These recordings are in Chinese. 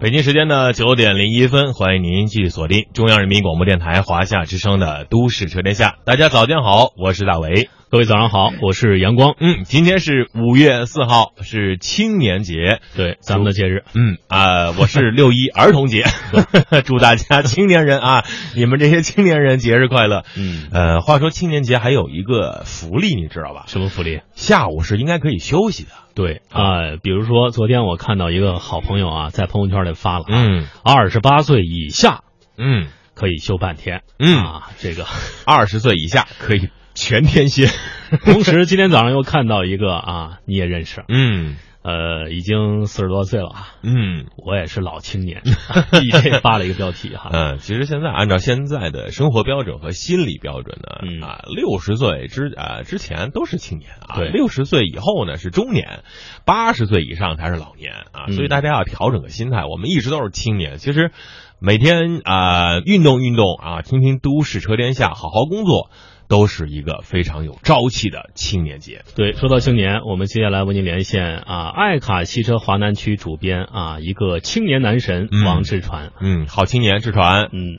北京时间的九点零一分，欢迎您继续锁定中央人民广播电台华夏之声的《都市车天下》。大家早间好，我是大为。各位早上好，我是阳光。嗯，今天是五月四号，是青年节。对，咱们的节日。嗯啊、 我是六一儿童 节，祝大家青年人啊，你们这些青年人节日快乐。嗯，呃，话说青年节还有一个福利，你知道吧？什么福利？下午是应该可以休息的。对啊、比如说昨天我看到一个好朋友啊，在朋友圈里发了啊，嗯二十八岁以下嗯可以休半天。嗯，啊，这个。 二十岁以下可以全天歇。同时，今天早上又看到一个啊，你也认识，嗯呃，已经四十多岁了啊， 嗯。我也是老青年， 一这发了一个标题哈。嗯，其实现在按照现在的生活标准和心理标准呢，嗯啊，六十岁之啊之前都是青年啊，对六十岁以后呢是中年，八十岁以上才是老年啊，嗯所以大家要调整个心态，我们一直都是青年，其实每天啊、运动运动啊，听听都市车天下，好好工作，都是一个非常有朝气的青年节。对，说到青年，我们接下来为您连线啊，爱卡汽车华南区主编啊，一个青年男神嗯王志传。嗯，好青年志传，嗯，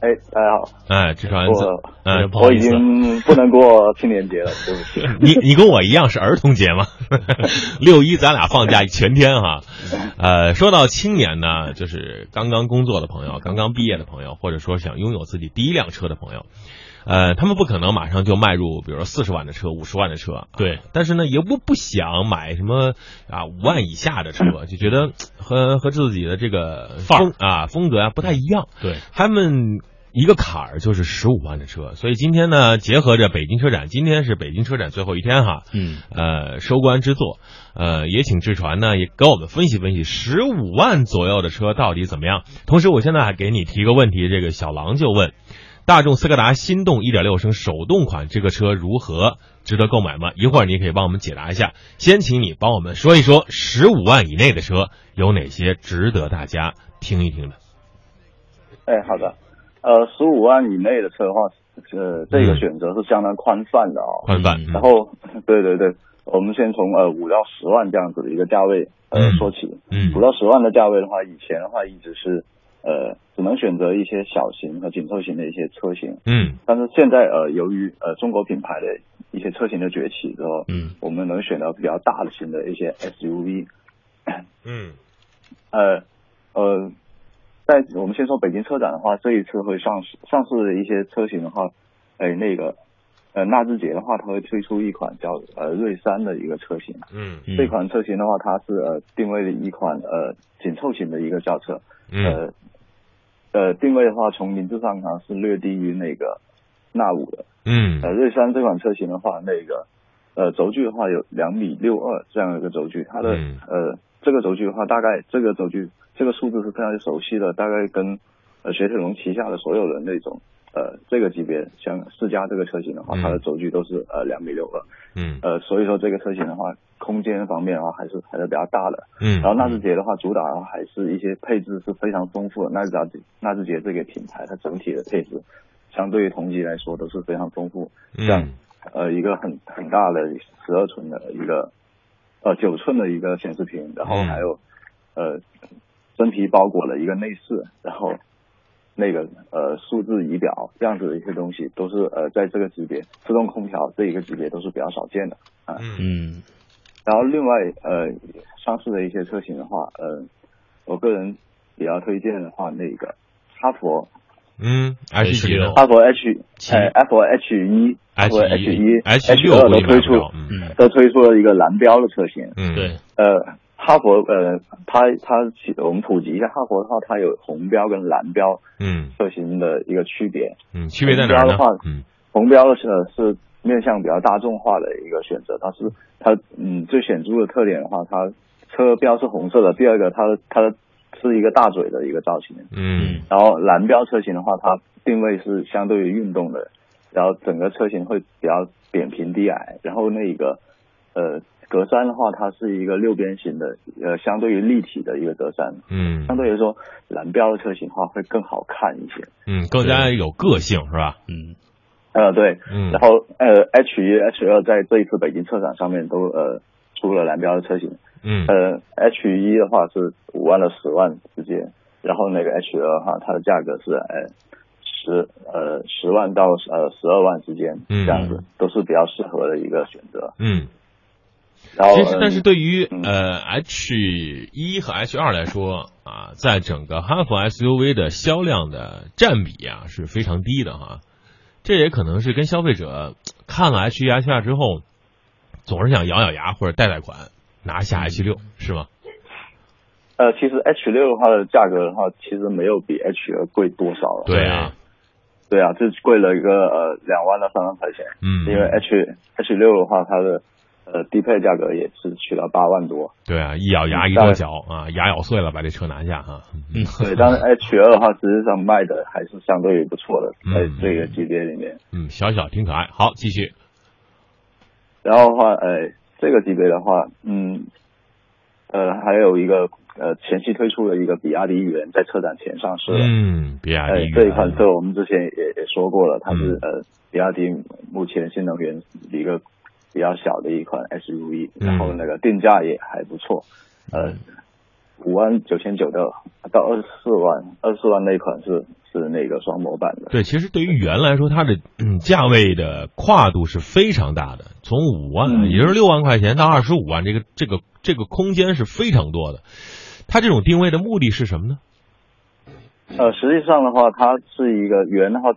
哎，大家好，哎，志传，我嗯，不好我意已思经不能过青年节了，对不起。你你跟我一样是儿童节吗？ 六一咱俩放假全天哈。呃，说到青年呢，就是刚刚工作的朋友，刚刚毕业的朋友，或者说想拥有自己第一辆车的朋友，呃，他们不可能马上就迈入，比如说四十万的车、五十万的车，对，但是呢，也不不想买什么啊五万以下的车，就觉得和和自己的这个风啊风格啊不太一样。对，他们一个坎儿就是十五万的车，所以今天呢，结合着北京车展，今天是北京车展最后一天哈，嗯，呃，收官之作，呃，也请志传呢也给我们分析分析十五万左右的车到底怎么样。同时，我现在还给你提个问题，这个小狼就问。大众斯柯达心动1.6升手动款这个车如何值得购买吗？一会儿你可以帮我们解答一下。先请你帮我们说一说15万以内的车有哪些值得大家听一听的。哎，好的，呃，十五万以内的车的话，呃，这嗯个选择是相当宽泛的哦。宽泛，嗯然后，对对对，我们先从呃五到十万这样子的一个价位呃嗯说起。嗯五到十万的价位的话，以前的话一直是呃只能选择一些小型和紧凑型的一些车型，嗯但是现在呃由于呃中国品牌的一些车型的崛起之后，嗯，我们能选择比较大的型的一些 SUV，嗯呃呃，在我们先说北京车展的话，这一次会上市上市的一些车型的话，哎，那个呃纳智捷的话，它会推出一款叫呃瑞山的一个车型。嗯嗯这款车型的话，它是呃定位的一款呃紧凑型的一个轿车。嗯呃呃，定位的话，从名字上它是略低于那个纳五的。嗯呃，瑞山这款车型的话，那个呃轴距的话有两米六二这样一个轴距，它的、嗯呃这个轴距的话，大概这个轴距这个数字是非常熟悉的，大概跟呃雪铁龙旗下的所有的那种呃这个级别，像世嘉这个车型的话，它的嗯轴距都是呃两米六二，嗯呃所以说这个车型的话，空间方面的啊话还是还是比较大的。嗯，然后纳智捷的话，主打的话还是一些配置是非常丰富的。纳智捷纳智捷这个品牌，它整体的配置相对于同级来说都是非常丰富。嗯像呃一个很很大的十二寸的一个呃九寸的一个显示屏，然后嗯还有、呃真皮包裹了一个内饰，然后那个呃数字仪表这样子的一些东西，都是呃在这个级别自动空调这一个级别都是比较少见的。嗯嗯，然后另外呃上市的一些车型的话，呃我个人比较推荐的话，那个哈佛嗯 H 级哈佛 H 七呃 Apple H 一 Apple H 一 H 二六都推出嗯嗯，都推出了一个蓝标的车型。嗯对，呃，哈佛呃，它它其我们普及一下，哈佛的话，它有红标跟蓝标嗯车型的一个区别。嗯，区别在哪儿呢？嗯红标的是呃是面向比较大众化的一个选择，它是它嗯最显著的特点的话，它车标是红色的。第二个，它的它的是一个大嘴的一个造型。嗯然后蓝标车型的话，它定位是相对于运动的，然后整个车型会比较扁平低矮。然后那个呃格栅的话，它是一个六边形的，呃，相对于立体的一个格栅。嗯相对来说，蓝标的车型的话会更好看一些。嗯，更加有个性是吧？嗯，呃，对。嗯然后呃，H 一、H 二在这一次北京车展上面都呃出了蓝标的车型，嗯呃，H 一的话是五万到十万之间，然后那个 H 二的话，它的价格是呃十呃十万到呃十二万之间嗯这样子，都是比较适合的一个选择。嗯，然后其实但是嗯对于嗯呃 H 一和 H 二来说啊，在整个哈弗 SUV 的销量的占比啊是非常低的哈，这也可能是跟消费者呃看了 H 一 H 二之后，总是想咬咬牙或者贷贷款拿嗯下 H 六是吗？呃，其实 H 六的话的价格的话，其实没有比 H 二贵多少了。对啊，对啊，就贵了一个呃两万到三万块钱，嗯，因为 H H 六的话，它的呃低配价格也是去到八万多。对啊，一咬牙嗯一跺脚啊，牙咬碎了把这车拿下哈，嗯，对，但是 H 二的话，实际上卖的还是相对于不错的，在嗯这个级别里面。嗯，小小挺可爱，好，继续，然后的话，呃，这个级别的话，嗯，呃，还有一个呃前期推出的一个比亚迪元在车展前上市了。嗯，比亚呃迪，这一款车我们之前也也说过了，它是嗯、呃比亚迪目前新能源一个比较小的一款 SUV，嗯然后那个定价也还不错，呃，五万九千九到到二十四万，二十四万那一款是是那个双模版的，对，其实对于元来说，它的嗯价位的跨度是非常大的，从五万，嗯也就是六万块钱到二十五万，这个这个这个空间是非常多的。它这种定位的目的是什么 呢？ 呃，实际上的话，它是一个原的话，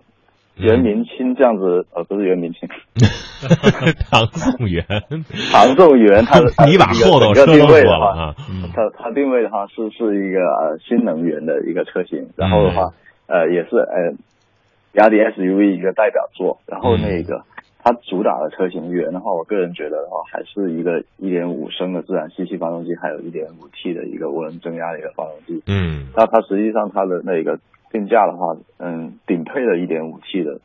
原明清这样子，呃，不是原明清，唐宋元，唐宋元，它的它 的你把一个后头整车都个定说位的话，了啊，它它定位的话是是一个呃新能源的一个车型，然后的话、嗯呃也是呃比亚迪 SUV 一个代表作，然后嗯那个、它主打的车型语言的话，我个人觉得的话还是一个1.5升的自然吸气发动机，还有1 5 T 的一个涡轮增压的一个发动机。嗯那它实际上它的那个定价的话，嗯，顶配的1 5 T 的，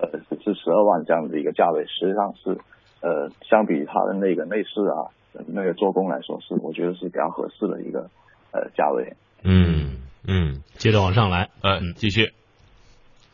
呃是十二万这样的一个价位，实际上是呃相比它的那个内饰啊，那个做工来说是我觉得是比较合适的一个呃价位。嗯嗯， 接着往上来，呃嗯，继续，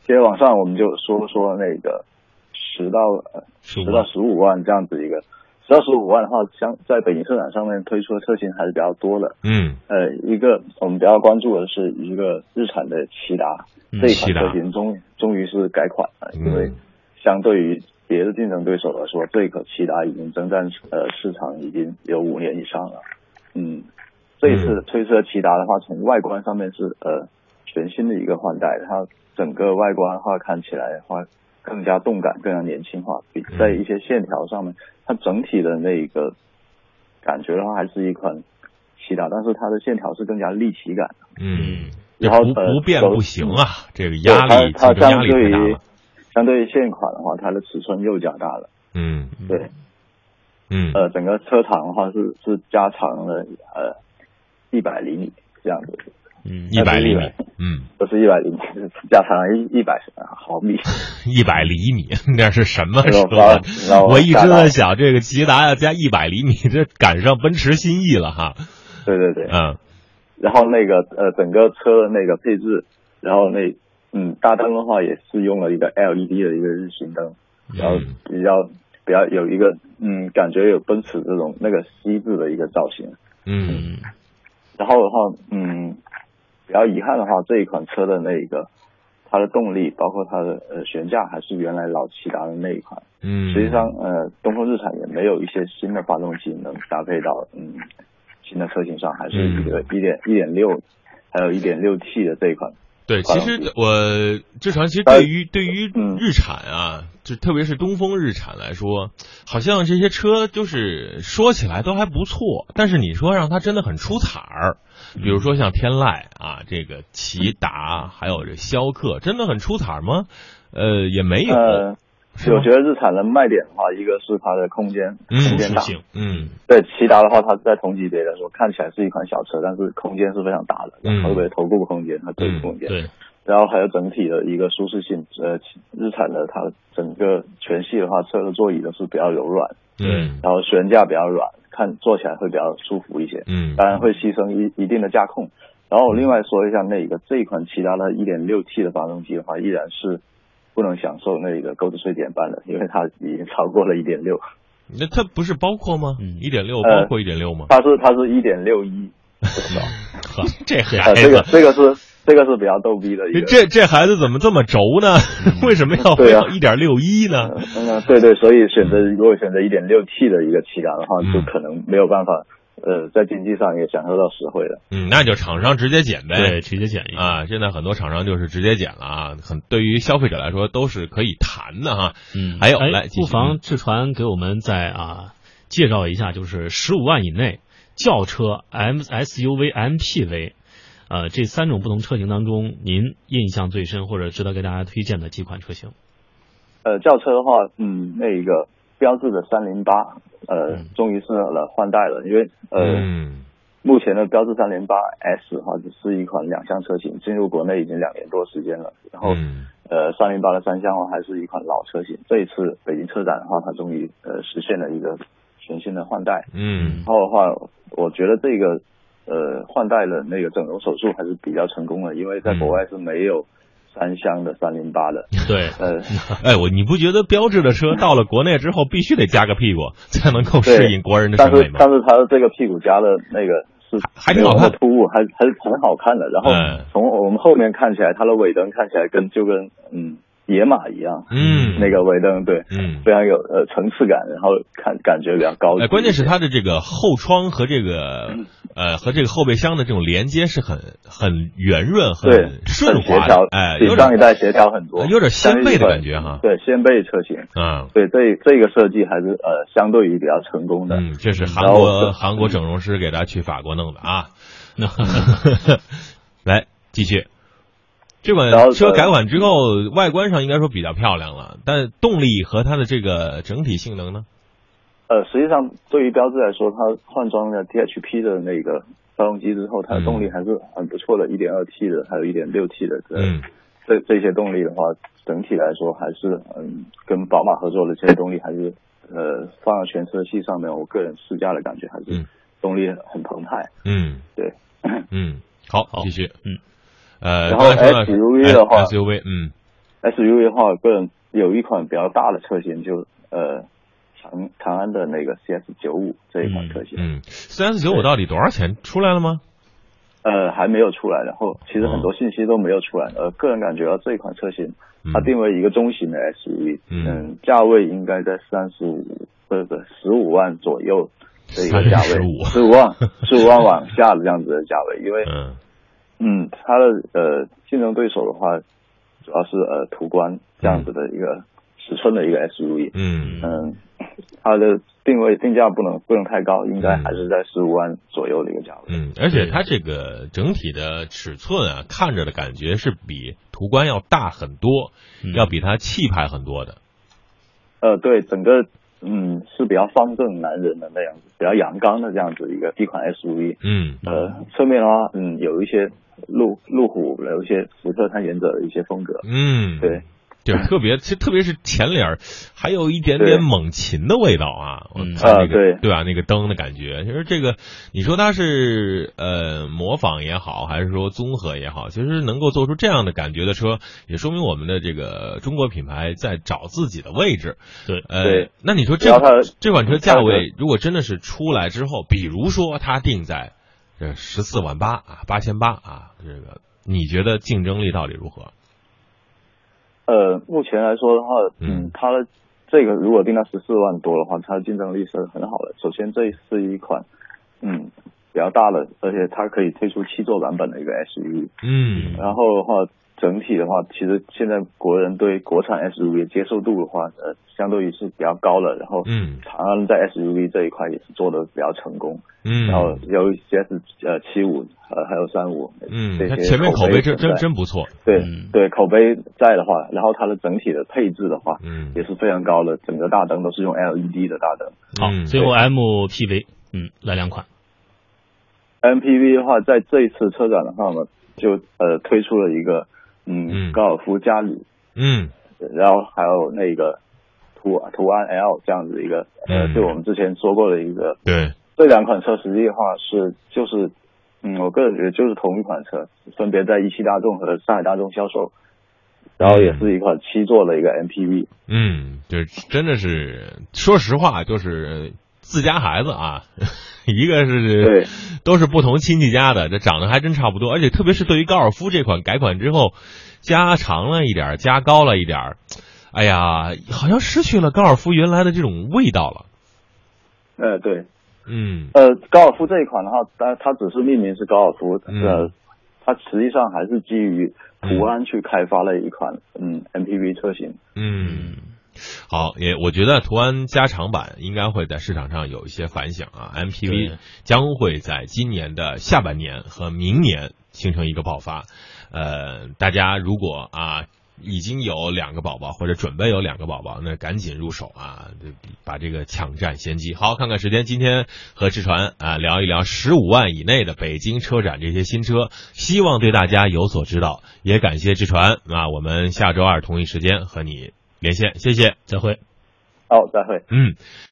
接着往上，我们就说说那个十到呃十15到十五万这样子一个，十到十五万的话，像在北京车展上面推出的车型还是比较多的。嗯呃，一个我们比较关注的是一个日产的骐达，嗯这一骐款达车型终终于是改款了，因为嗯相对于别的竞争对手来说，这一款骐达已经征战呃市场已经有五年以上了。嗯，这一次推出的骐达的话，从外观上面是呃全新的一个换代，它整个外观的话看起来的话更加动感，更加年轻化，比嗯在一些线条上面，它整体的那个感觉的话还是一款骐达，但是它的线条是更加立体感。嗯，这然后不呃不变手不行啊，这个压力它竞它争压相力对太大于了，相对于现款的话，它的尺寸又加大了。嗯对，嗯呃，整个车长的话是是加长了呃一百厘米这样子，嗯一百厘100米，嗯不是一百厘米，是加长了一一百啊毫 米。一百厘米， 那是什么这车个把啊？让我一直吓到在想，这个骐达要加一百厘米，这赶上奔驰新 E 了哈。对对对，嗯然后那个呃，整个车的那个配置，然后那嗯，大灯的话也是用了一个 LED 的一个日行灯，然后嗯比较比较有一个嗯，感觉有奔驰这种那个 C 字的一个造型。嗯嗯然后的话，嗯，比较遗憾的话，这一款车的那个它的动力，包括它的呃悬架，还是原来老骐达的那一款。嗯，实际上，呃，东风日产也没有一些新的发动机能搭配到嗯新的车型上，还是嗯一个一点一点六，还有一点六 T 的这一款。对，其好呃实我志成，其实对于对于嗯日产啊，就特别是东风日产来说，好像这些车就是说起来都还不错，但是你说让它真的很出彩儿，比如说像天籁啊，这个骐达，还有这逍客，真的很出彩儿吗？呃，也没有，呃，是吗我觉得日产的卖点的话，一个是它的空间空嗯间属大，性，嗯对骐达的话，它在同级别来说看起来是一款小车，但是空间是非常大的，嗯特别头部空间和腿嗯部空间。对，然后还有整体的一个舒适性，呃，日产的它整个全系的话，车的座椅都是比较柔软，嗯然后悬架比较软，看坐起来会比较舒服一些。嗯当然会牺牲一一定的驾控。然后我另外说一下，那个这一款骐达的 1.6T 的发动机的话，依然是不能享受那个购置税减半的，因为它已经超过了1.6。那它不是包括吗？嗯一点六呃包括一点六吗？它是它是一点六一，不知道。呵，这呃，孩 这个子，这个是这个是比较逗逼的一个。哎这这孩子怎么这么轴呢？ 为什么要非对啊要一点六一呢？ 嗯，对对，所以选择如果选择一点六 T 的一个气缸的话，就嗯可能没有办法，呃，在经济上也享受到实惠了。嗯，那就厂商直接减呗对，。直接减一下。啊，现在很多厂商就是直接减了啊，很对于消费者来说都是可以谈的哈。嗯，还有哎来继续不妨志传给我们再啊介绍一下，就是十五万以内轿车、M SUV、MPV，呃，这三种不同车型当中，您印象最深或者值得给大家推荐的几款车型？呃，轿车的话，嗯，那个标志的三零八，呃嗯，终于是了换代了，因为呃，嗯目前的标致三零八 S 的话，是一款两厢车型，进入国内已经两年多时间了。然后，嗯呃，三零八的三厢的话还是一款老车型。这一次北京车展的话，它终于呃实现了一个全新的换代。嗯然后的话，我觉得这个呃换代的那个整容手术还是比较成功的，因为在嗯国外是没有三厢的三零 八的。对，呃，哎，我你不觉得标志的车到了国内之后必须得加个屁股，才能够对适应国人的但审美是吗？但是它的这个屁股夹的那个是还还挺好看没有那么突兀，还还是很好看的。然后嗯从我们后面看起来，它的尾灯看起来跟就跟嗯野马一样，嗯，那个尾灯对，嗯，非常有呃层次感，然后看感觉比较高级。哎，关键是它的这个后窗和这嗯个呃和这个后备箱的这种连接是很很圆润、对很呃顺很滑协调的，，哎，比有上一点代协调很多，有点掀背的感觉。觉啊哈。对掀背车型，啊，对这这个设计还是呃相对于比较成功的。嗯，这是韩然后国这韩国整容师给他去法国弄的啊。那 来继续，这嗯然款后车呃改款之后，外观上应该说比较漂亮了，但动力和它的这个整体性能呢？呃，实际上对于标致来说，它换装了 THP 的那个发动机之后，嗯它的动力还是很不错的，1 2 T 的，还有一点六 T 的，这、嗯这这些动力的话，整体来说还是嗯，跟宝马合作的这些动力还是呃，放到全车系上面，我个人试驾的感觉还嗯是动力很澎湃。嗯，对，嗯，好，好继续，嗯，呃，然刚后才说到 SUV 的话 s u v 嗯 SUV 的话，我个人有一款比较大的车型就呃，长长安的那个 CS 9 5这一款车型。嗯，四 S 九五到底多少钱出来了吗？呃，还没有出来，然后其实很多信息都没有出来。呃，个人感觉到这款车型嗯它定位一个中型的 SUV，嗯嗯，价位应该在三十五不是不十五万左右的一个价位， 35十五 万十五万往下的这样子的价位，因 为嗯嗯，它的呃竞争对手的话，主要是呃途观这样子的一个尺寸的一个 SUV，嗯嗯，它的定位定价不能不能太高，应该还是在十五万左右的一个价位。嗯，而且它这个整体的尺寸啊，看着的感觉是比途观要大很多，嗯嗯要比它气派很多的。呃，对，整个嗯是比较方正男人的那样子，比较阳刚的这样子一个一款 SUV。嗯呃，侧面的话，嗯，有一些路路虎，有一些福特探险者的一些风格。嗯，对，就是特别，其实特别是前脸儿还有一点点对猛禽的味道啊，我嗯看那个、啊对对吧？那个灯的感觉，其实这个你说它是呃模仿也好，还是说综合也好，其实能够做出这样的感觉的车，也说明我们的这个中国品牌在找自己的位置。对呃对，那你说这然后款它嗯这款车价它的位如果真的是出来之后，比如说它定在呃这十四万八啊，八千八啊，这个你觉得竞争力到底如何？呃，目前来说的话，嗯嗯，它的这个如果定到十四万多的话，它的竞争力是很好的。首先，这是一款嗯比较大的，而且它可以推出七座版本的一个 SUV。嗯然后的话，整体的话，其实现在国人对国产 SUV 接受度的话，呃，相对于是比较高了。然后，嗯长安在 SUV 这一块也是做的比较成功。嗯，然后有一些是呃七五呃还有三五，嗯，这它些前面口碑真存真在真不错，对、嗯对口碑在的话，然后它的整体的配置的话。嗯，也是非常高的，整个大灯都是用 LED 的大灯。好，嗯最后 MPV，嗯，来两款， MPV 的话，在这一次车展的话嘛，就呃推出了一个嗯嗯高尔夫家里嗯然后还有那个图图案 L 这样子一个，呃，嗯就我们之前说过的一个，对，这两款车实际的话是就是，嗯，我个人觉得就是同一款车，分别在一汽大众和上海大众销售。然后也是一款七座的一个 MPV。嗯，就是真的是，说实话，就是自家孩子啊， 一个是对都是不同亲戚家的，这长得还真差不多。而且特别是对于高尔夫这款改款之后，加长了一点儿，加高了一点儿，哎呀，好像失去了高尔夫原来的这种味道了。呃，对，嗯呃，高尔夫这一款的话，它它只是命名是高尔夫，嗯呃，它实际上还是基于途安去开发了一款嗯 MPV 车型。嗯。好，也我觉得途安加长版应该会在市场上有一些反响啊。MPV 对将会在今年的下半年和明年形成一个爆发。呃，大家如果啊已经有两个宝宝或者准备有两个宝宝，那赶紧入手啊，这把这个抢占先机。好，看看时间，今天和志传啊聊一聊十五万以内的北京车展这些新车，希望对大家有所指导。也感谢志传啊，我们下周二同一时间和你连线，谢谢。再会。哦好，再会。嗯。